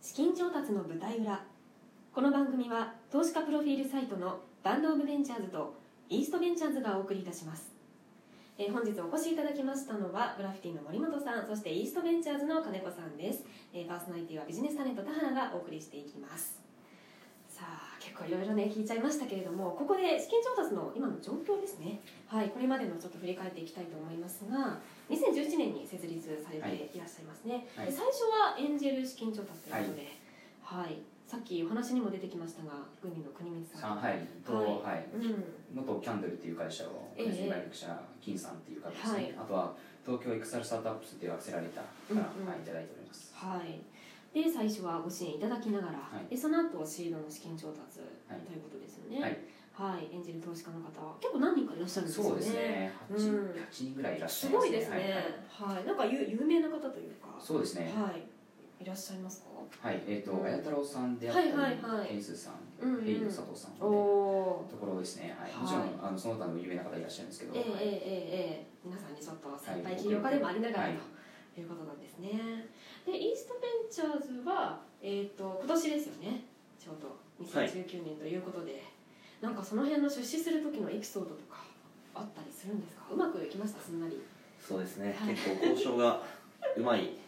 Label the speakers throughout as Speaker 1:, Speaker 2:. Speaker 1: 資金調達の舞台裏この番組は投資家プロフィールサイトのバンドオブベンチャーズとイーストベンチャーズがお送りいたします、えー本日お越しいただきましたのはグラフィティの森本さんそしてイーストベンチャーズの金子さんです、えーパーソナリティはビジネスタレント田原がお送りしていきますさあ結構いろいろね聞いちゃいましたけれどもここで資金調達の今の状況ですねはいこれまでのちょっと振り返っていきたいと思いますが2017年に設立されていらっしゃいますね、
Speaker 2: はい
Speaker 1: で最初はエンジェル資金調達ということで、はいさっきお話にも出てきましたがグミの国光さん
Speaker 2: 上海と、
Speaker 1: は
Speaker 2: はいい
Speaker 1: うん
Speaker 2: 元キャンドルっていう会社を
Speaker 1: ええ
Speaker 2: 個人売力者金さんっていう方ですね、
Speaker 1: はい
Speaker 2: あとは東京エクサルスタートアップスっていうアクセラレーターから、
Speaker 1: うんうん
Speaker 2: はい、いただいております
Speaker 1: はい、で最初はご支援いただきながら、
Speaker 2: はい
Speaker 1: でその後シードの資金調達
Speaker 2: はい
Speaker 1: ということですよね
Speaker 2: はい、
Speaker 1: はい演じる投資家の方は結構何人かいらっしゃるんですよね
Speaker 2: そうですね 8,、八
Speaker 1: うん
Speaker 2: 人ぐらいいらっ
Speaker 1: す
Speaker 2: しゃいま
Speaker 1: ご
Speaker 2: す
Speaker 1: いですね
Speaker 2: はいはい
Speaker 1: はい、なんか有有名な方というか
Speaker 2: そうですね
Speaker 1: はいいらっしゃいますか
Speaker 2: はいえっ、と、
Speaker 1: うん
Speaker 2: 綾太郎さんであったり、
Speaker 1: はいはいはい
Speaker 2: ケンスーさん、
Speaker 1: うんうん
Speaker 2: ヘイル佐藤さん
Speaker 1: お
Speaker 2: と
Speaker 1: お
Speaker 2: ころですね、はい、
Speaker 1: はい
Speaker 2: もちろん、あのその他の有名な方いらっしゃるんですけ
Speaker 1: ーえ
Speaker 2: ど、
Speaker 1: ええ
Speaker 2: はい
Speaker 1: えええ皆さんにちょっと先輩企業家でもありながら
Speaker 2: はい
Speaker 1: ということなんですねでイーストベンチャーズは、えー、と今年ですよねちょうど2019年ということで、なんかその辺の出資する時のエピソードとかあったりするんですかうまくいきましたすんなり
Speaker 3: そうですね、
Speaker 1: はい
Speaker 3: 結構交渉がうまい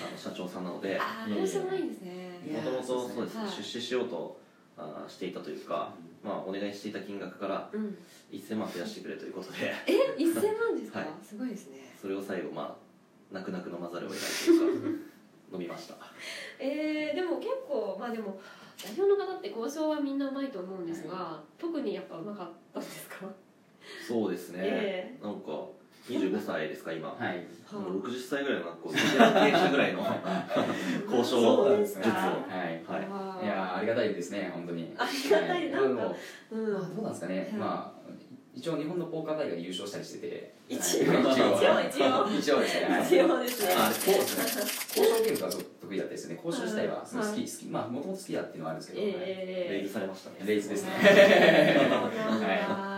Speaker 3: あの社長さんなので
Speaker 1: ああ
Speaker 2: いやい
Speaker 1: こ
Speaker 2: や
Speaker 1: うしてもないんですね
Speaker 2: いや
Speaker 3: もともとそうですね、
Speaker 1: はい
Speaker 3: 出資しようとあーしていたというか、まあ、お願いしていた金額から
Speaker 1: うん、
Speaker 3: 1000万増やしてくれということで
Speaker 1: え1000万ですか、
Speaker 3: はい
Speaker 1: すごいですね
Speaker 3: それを最後まあ泣く泣く飲まざるを得ないという か飲みました
Speaker 1: えー、でも結構まあでも代表の方って交渉はみんなうまいと思うんですが、特にやっぱうまかったんですか、
Speaker 3: そうですね、
Speaker 1: え
Speaker 3: なんか25歳ですか今、も
Speaker 2: はい、
Speaker 1: え
Speaker 3: う60歳ぐらいのなんかこうベテラン経営者ぐら いの交渉
Speaker 1: そうで
Speaker 2: ですす
Speaker 1: か
Speaker 2: ねはい
Speaker 3: はい
Speaker 2: いやーありがたいですね本当に
Speaker 1: ありがたいなんか
Speaker 2: は
Speaker 1: うん、
Speaker 2: まあ、どうなんですか
Speaker 1: はい
Speaker 2: ね、まあ、一応日本のポーカー大会で優勝したりしてて
Speaker 1: 一応
Speaker 2: はい
Speaker 1: 一応
Speaker 2: 一応ですねはい
Speaker 1: 一応ですね
Speaker 2: あこうですね交渉ゲームが得意だったりですね交渉自体
Speaker 1: は
Speaker 2: はいその好き好きまあもともと好きだっていうのはあるんですけど、はい
Speaker 3: レイ
Speaker 1: ええ
Speaker 3: ズされましたね
Speaker 2: レイズですね
Speaker 1: は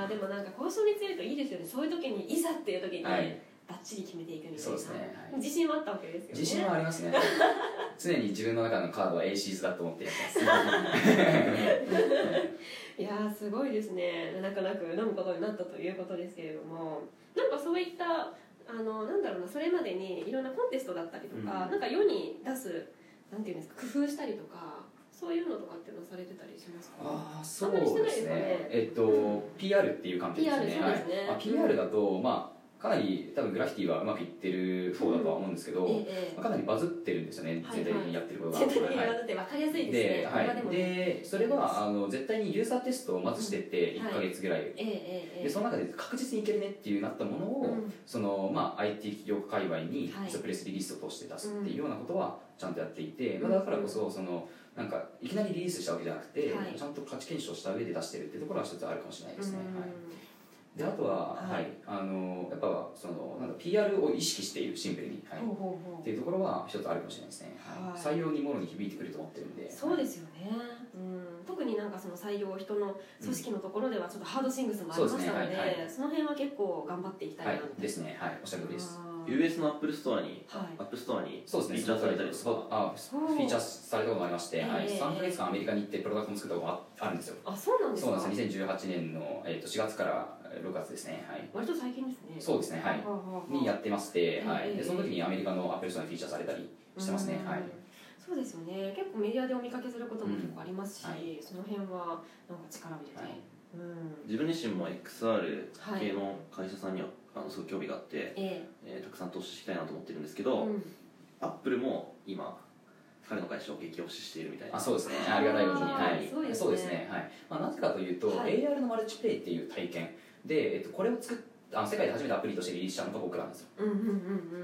Speaker 1: い、でもなんか交渉に強いといいですよねそういう時にいざっていう時に、
Speaker 2: はい
Speaker 1: バッチリ決めていくみたいな
Speaker 2: そうですね、はい
Speaker 1: 自信はあったわけですよね
Speaker 2: 自信はありますね常に自分の中のカードは A シーズだと思ってやって
Speaker 1: いやーすごいですね泣かなく飲むことになったということですけれどもなんかそういったあのなんだろうなそれまでにいろんなコンテストだったりとか、
Speaker 2: うん
Speaker 1: なんか世に出すなんていうんですか工夫したりとかそういうのとかっていうのはされてたりしますか
Speaker 2: ああそうですねえっと、
Speaker 1: う
Speaker 2: PR っていう関係ですね
Speaker 1: PR そうですね
Speaker 2: はいあ PR だとまあかなり多分グラフィティはうまくいってる方だとは思うんですけど、
Speaker 1: ええ
Speaker 2: かなりバズってるんですよね、
Speaker 1: はいはい
Speaker 2: 全体的にやってることが。
Speaker 1: 全体的に
Speaker 2: はい
Speaker 1: だって分かりやすいですね
Speaker 2: で、は
Speaker 1: これで
Speaker 2: い、
Speaker 1: も
Speaker 2: でそれはあの絶対にユーザーテストをまずしてって
Speaker 1: うんは
Speaker 2: 1
Speaker 1: い
Speaker 2: か月ぐらい、
Speaker 1: ええええええ
Speaker 2: でその中で確実にいけるねっていうなったものを、
Speaker 1: うん
Speaker 2: そのまあ、IT 企業界隈に
Speaker 1: はい
Speaker 2: 一応プレスリリースを通して出すっていうようなことはちゃんとやっていて、まあだからこそそのなんかいきなりリリースしたわけじゃなくて、
Speaker 1: はい
Speaker 2: ちゃんと価値検証した上で出してるっていうところは一つあるかもしれないですね。
Speaker 1: うん
Speaker 2: はいであとは、
Speaker 1: はい
Speaker 2: はいあのやっぱそのなんだ PR を意識しているシンプルに、はい
Speaker 1: ほうほうほう
Speaker 2: っていうところは一つあるかもしれないですね、
Speaker 1: はい
Speaker 2: 採用にもろに響いてくると思ってるんで
Speaker 1: そうですよね、うん、特になんかその採用人の組織のところではちょっとハードシングスもありましたので,、
Speaker 2: そうですね
Speaker 1: そ
Speaker 2: はい
Speaker 1: の
Speaker 2: は
Speaker 1: 辺は結構頑張っていきたいな
Speaker 2: は
Speaker 1: み
Speaker 2: い
Speaker 1: たいな、
Speaker 2: ですねはいおっしゃる通りです
Speaker 1: あー
Speaker 3: US のアップルストアに、
Speaker 1: はい
Speaker 3: アップストアに
Speaker 2: そうですね
Speaker 3: フィーチャーされたりとか
Speaker 2: そうあフ
Speaker 1: そう
Speaker 2: ィーチャーされたこともありまして、はい、
Speaker 1: ええ
Speaker 2: 3か月間アメリカに行ってプロダクトも作ったことがああるんですよ
Speaker 1: あそうなんです
Speaker 2: そう
Speaker 1: か
Speaker 2: なんです2018年の、えー、と4月から6月ですねはい
Speaker 1: 割と最近ですね
Speaker 2: そうですねはい
Speaker 1: はあはあ
Speaker 2: にやってまし
Speaker 1: え
Speaker 2: て、
Speaker 1: え
Speaker 2: はい、でその時にアメリカのアップルストアにフィーチャーされたりしてますね
Speaker 1: うん
Speaker 2: はい
Speaker 1: そうですよね結構メディアでお見かけすることも結構ありますし、
Speaker 2: うんはい
Speaker 1: その辺はなんか力を入れて、
Speaker 2: はい
Speaker 1: うん
Speaker 3: 自分自身も XR
Speaker 1: はい
Speaker 3: 系の会社さんには、あのすごく興味があって、
Speaker 1: え
Speaker 3: えーたくさん投資していきたいなと思ってるんですけ
Speaker 1: え
Speaker 3: ど、
Speaker 1: うん
Speaker 3: アップルも今彼の会社を激推ししているみたいな
Speaker 2: あそうですねありがたいことに
Speaker 1: あ
Speaker 2: は
Speaker 1: ー
Speaker 2: い
Speaker 1: そうですね
Speaker 2: そうですねはい、まあ、なぜかというと、
Speaker 1: はい
Speaker 2: AR のマルチプレイっていう体験で、えっと、これを作っあの世界で初めてアプリとしてリリースしたのが僕らなんですよ
Speaker 1: うんうんう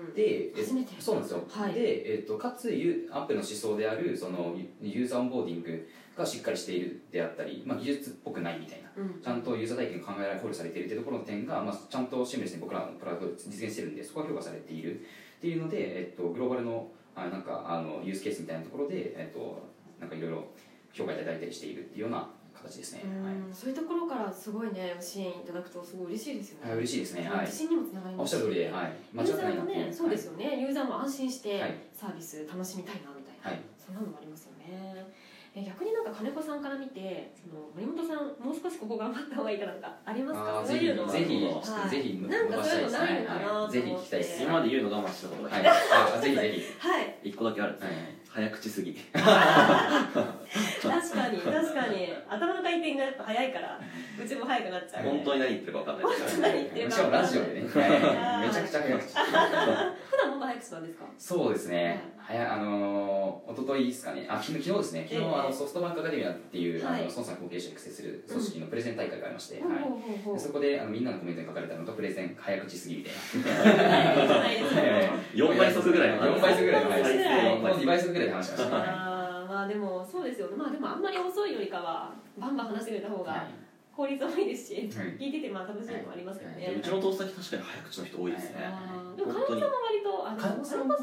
Speaker 1: んうん
Speaker 2: でえ
Speaker 1: 初めて
Speaker 2: そうなんですよ、
Speaker 1: はい
Speaker 2: で、えっと、かつユアップルの思想であるそのユユーザーオンボーディングがしっかりしているであったり、まあ、技術っぽくないみたいな
Speaker 1: うん
Speaker 2: ちゃんとユーザー体験を考えられ考慮されているというところの点が、まあ、ちゃんとシームレスに僕らのプロダクトを実現してるんでそこは評価されているっていうので、えっと、グローバルのあなんかあのユースケースみたいなところで、えっと、なんかいろいろ評価いただいたりしているっていうような形ですね、はい
Speaker 1: うんそういうところからすごいね支援いただくとすごい嬉しいですよね、
Speaker 2: はい、嬉しいですね、はい
Speaker 1: 自、信にもつながり
Speaker 2: お
Speaker 1: ま
Speaker 2: っ
Speaker 1: す
Speaker 2: しゃる通りで、
Speaker 1: ユ
Speaker 2: はい、間違っ
Speaker 1: ー
Speaker 2: て
Speaker 1: ザ
Speaker 2: ない
Speaker 1: ー
Speaker 2: な
Speaker 1: も
Speaker 2: っていう
Speaker 1: ねそうですよね、ユーザーも安心して
Speaker 2: はい
Speaker 1: サービス楽しみたいなみたいな、
Speaker 2: はい
Speaker 1: そんなのもあり金子さんから見てその森本さんもう少しここ頑張った方がいいかなんかありますか
Speaker 2: あ
Speaker 1: そ
Speaker 2: ー
Speaker 1: う
Speaker 2: ぜ
Speaker 1: い
Speaker 2: ひ
Speaker 1: うのは
Speaker 2: ぜひ、
Speaker 1: はい
Speaker 2: ぜひ
Speaker 1: なんかそういうの
Speaker 2: 伸ばした
Speaker 1: ないのかなと思
Speaker 2: は
Speaker 1: っ
Speaker 2: い、
Speaker 1: て
Speaker 2: ぜひ聞きたいです
Speaker 3: 今まで言うの我慢してたことが
Speaker 2: は
Speaker 3: 一
Speaker 2: い、あぜひぜひ
Speaker 1: はい
Speaker 3: 個だけあるんです
Speaker 2: は
Speaker 3: よ
Speaker 2: い
Speaker 3: 早口すぎ
Speaker 1: 確かに確かに頭の回転が早いからうちも早くなっちゃうね
Speaker 3: 本当に何言ってるか分かんない です
Speaker 1: 本当に何言ってる
Speaker 2: し
Speaker 1: か
Speaker 2: かもラジオでね、
Speaker 1: あ
Speaker 2: は
Speaker 1: ー
Speaker 2: い、 めちゃくちゃ早口
Speaker 1: 普段もっと早くしたんですか
Speaker 2: そうですね、早あのー、一昨日ですかね、あ昨日昨日ですね、昨日、
Speaker 1: ええ
Speaker 2: あのソフトバンクアカデミアっていう、
Speaker 1: はい
Speaker 2: あの孫さん後継者育成する組織のプレゼン大会がありまして、
Speaker 1: ほう
Speaker 2: はい
Speaker 1: ほうほうほう
Speaker 2: でそこであのみんなのコメントに書かれたのとプレゼン早口すぎみたい
Speaker 1: じゃないですか
Speaker 2: な
Speaker 3: 4倍速ぐらいの
Speaker 2: 4倍速ぐらいの
Speaker 1: 四倍速ぐらい
Speaker 2: の2倍速ぐらいで話しましたはい
Speaker 1: あーまあでもそうですよねまあでもあんまり遅いよりかはバンバン話してくれた方が効率もいいですし
Speaker 2: はい
Speaker 1: 聞いててまあ楽しいのもありますよ
Speaker 2: は
Speaker 1: ね
Speaker 3: うちの投資先確かに早口の人多いですね
Speaker 1: あーでも金子さんも割とあの
Speaker 2: 金子さんも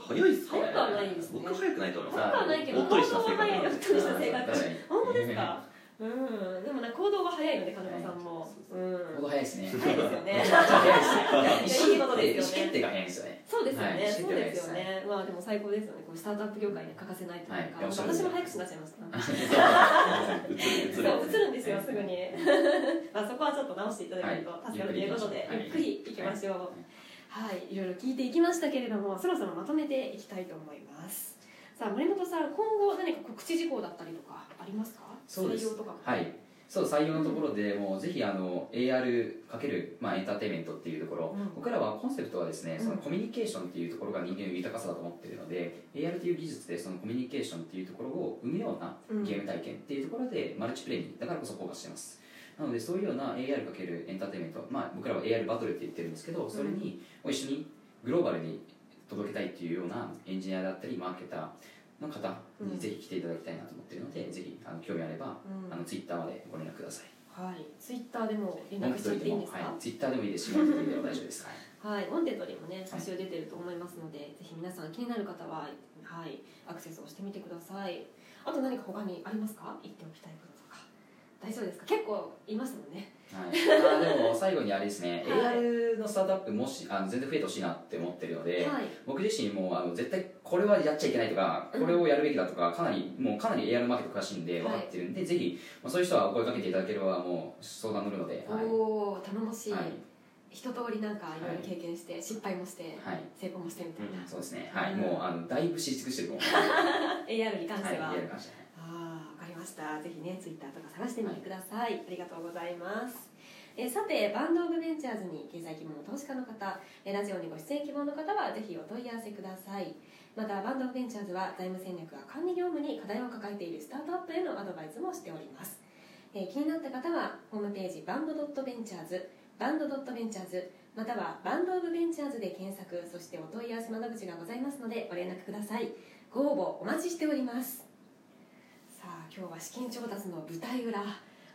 Speaker 2: 早い
Speaker 3: 早いっすかね
Speaker 1: 早くはないですね
Speaker 3: 僕早くないと思います
Speaker 1: 早くはないけど
Speaker 3: おっとりした性格
Speaker 1: 行動は早いおっとりした性格
Speaker 2: 確かに
Speaker 1: 本当ですかうんでもな行動が早いので金子さんもうん
Speaker 2: ほど早いですね
Speaker 1: 早いですよね
Speaker 2: 早いです ね
Speaker 1: いいことですよね
Speaker 2: 意思決定が早いんですよね
Speaker 1: そうですよね、
Speaker 2: はい
Speaker 1: そうですよね、まあでも最高ですよね、こうスタートアップ業界には欠かせないというか、
Speaker 2: はい
Speaker 1: 私も早くしなっちゃいました。
Speaker 3: 映
Speaker 1: そう
Speaker 3: る
Speaker 1: 映るんですよ、すぐ に。まあそこはちょっと直していただけると助かるということで、
Speaker 2: はい
Speaker 1: ゆっくり行きましょう。はい、いろいろ聞いていきましたけれども、そろそろまとめていきたいと思います。さあ森本さん、今後何か告知事項だったりとかありますか？
Speaker 2: そうです
Speaker 1: 採用とかも。
Speaker 2: はいそう採用のところでもうぜひあの AR× かけるまあエンターテインメントっていうところ、
Speaker 1: うん
Speaker 2: 僕らはコンセプトはですね
Speaker 1: うん
Speaker 2: そのコミュニケーションっていうところが人間の豊かさだと思ってるので、AR という技術でそのコミュニケーションっていうところを生むような
Speaker 1: うん
Speaker 2: ゲーム体験っていうところでマルチプレイにだからこそフォーカスしてますなのでそういうような AR× かけるエンターテインメント、まあ、僕らは AR バトルって言ってるんですけどそれにもう一緒にグローバルに届けたいっていうようなエンジニアだったりマーケターの方にぜひ来ていただきたいなと思っているので、ぜひあの興味あれば
Speaker 1: うん
Speaker 2: あのツイッターまでご連絡ください。
Speaker 1: はい、ツイッターでも連
Speaker 2: 文
Speaker 1: 絡
Speaker 2: 句
Speaker 1: し
Speaker 2: と
Speaker 1: ちゃっ
Speaker 2: い
Speaker 1: ていいんですか？
Speaker 2: はい、ツイッターでもいいですし、文句といても大丈夫です。 は
Speaker 1: は
Speaker 2: い
Speaker 1: い、オンテッドにもね差しを出てると思いますので、ぜひ皆さん気になる方は、はい、アクセスをしてみてくださいあと何か他にありますか言っておきたいこととか大丈夫ですか結構いますもんね
Speaker 2: はい、あーでも最後にあれですね、
Speaker 1: はい
Speaker 2: AR のスタートアップもしあの全然増えてほしいなって思ってるので、
Speaker 1: はい
Speaker 2: 僕自身もあの絶対これはやっちゃいけないとか
Speaker 1: うん
Speaker 2: これをやるべきだとかかなりもうかなり AR マーケット詳しいん
Speaker 1: は
Speaker 2: で
Speaker 1: い
Speaker 2: 分かってるんで、ぜひ、まあ、そういう人はお声かけていただければもう相談乗るので、はい
Speaker 1: おお頼もしい、
Speaker 2: はい
Speaker 1: 一通りなんかいろいろ経験して、失敗もして、
Speaker 2: はい、
Speaker 1: 成功もしてみたいな、
Speaker 2: そうですね、はい
Speaker 1: うん
Speaker 2: もうあのだいぶ知り尽くしてると 思う
Speaker 1: AR に関しては、
Speaker 2: はい、AR 感謝
Speaker 1: ああ、わかりました。ぜひね、ツイッターとか探してみてください。ありがとうございます。えーさて、バンドオブベンチャーズに経済希望の投資家の方、えーラジオにご出演希望の方はぜひお問い合わせください。また、バンドオブベンチャーズは財務戦略や管理業務に課題を抱えているスタートアップへのアドバイスもしております。えー気になった方は、ホームページバンドドットベンチャーズ、バンドドットベンチャーズ、またはバンドオブベンチャーズで検索、そしてお問い合わせ窓口がございますので、ご連絡ください。ご応募お待ちしております。さあ今日は資金調達の舞台裏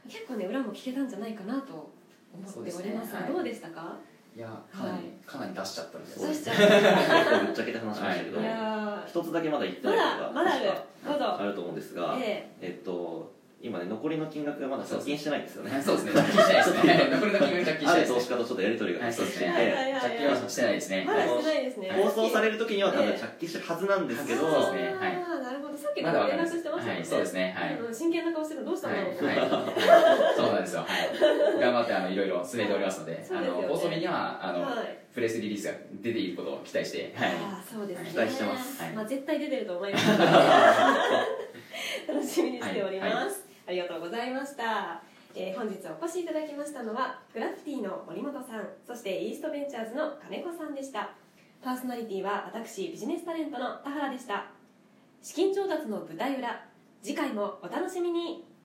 Speaker 1: 結構ね裏も聞けたんじゃないかなと思っております
Speaker 2: そうで
Speaker 1: が
Speaker 2: すねはい
Speaker 1: どうでしたか
Speaker 2: いやかなり、かなり出しちゃったんで
Speaker 3: そ
Speaker 1: 出
Speaker 3: うで
Speaker 1: し
Speaker 3: す
Speaker 1: ちゃう
Speaker 3: ぶっちゃけて話しましたけど
Speaker 1: いや
Speaker 3: 一つだけまだ言って
Speaker 1: ーま
Speaker 3: ないこ
Speaker 1: だ
Speaker 3: とが
Speaker 1: まだあるどうぞ
Speaker 3: あると思うんですが
Speaker 1: え
Speaker 3: えっと今ね残りの金額がまだ削減してないんですよね
Speaker 2: そうですね着金したいですね残りの金額着金し
Speaker 3: あ
Speaker 2: たいで
Speaker 3: る
Speaker 2: す
Speaker 3: 投
Speaker 2: ね
Speaker 3: 資家とちょっとやり取りが
Speaker 2: はい、そうですね。
Speaker 1: はいはいはいはい
Speaker 2: 着金はしてないです
Speaker 1: え
Speaker 2: ね。
Speaker 1: まだしてないですね
Speaker 3: 放送される時には多分
Speaker 1: ええ
Speaker 3: 着金してるはずなんですけど、
Speaker 2: そうですねはい
Speaker 1: あーなるほどさっき
Speaker 2: ま
Speaker 1: の
Speaker 2: だわ
Speaker 1: 連
Speaker 2: かんな
Speaker 1: 絡
Speaker 2: いで
Speaker 1: して
Speaker 2: す。
Speaker 1: ましたよ
Speaker 2: は
Speaker 1: ね
Speaker 2: い、そうですね。はい。
Speaker 1: うん真剣な顔してるどうしたん
Speaker 2: はい、
Speaker 1: だろう、
Speaker 2: はい、そうなんですよ、はい、頑張ってあのいろいろ進めておりますので、
Speaker 1: そうです
Speaker 2: あ
Speaker 1: よね
Speaker 2: の放送日にはあの、
Speaker 1: はい
Speaker 2: プレスリリースが出ていることを期待して、はい、
Speaker 1: ああそうですね
Speaker 3: 期待してます
Speaker 2: はい
Speaker 1: まあ、絶対出てると思います 楽しみにしております、
Speaker 2: はいは
Speaker 1: ありがとうございました、えー本日お越しいただきましたのはグラフィティの森本さんそしてイーストベンチャーズの金子さんでしたパーソナリティは私ビジネスタレントの田原でした資金調達の舞台裏次回もお楽しみに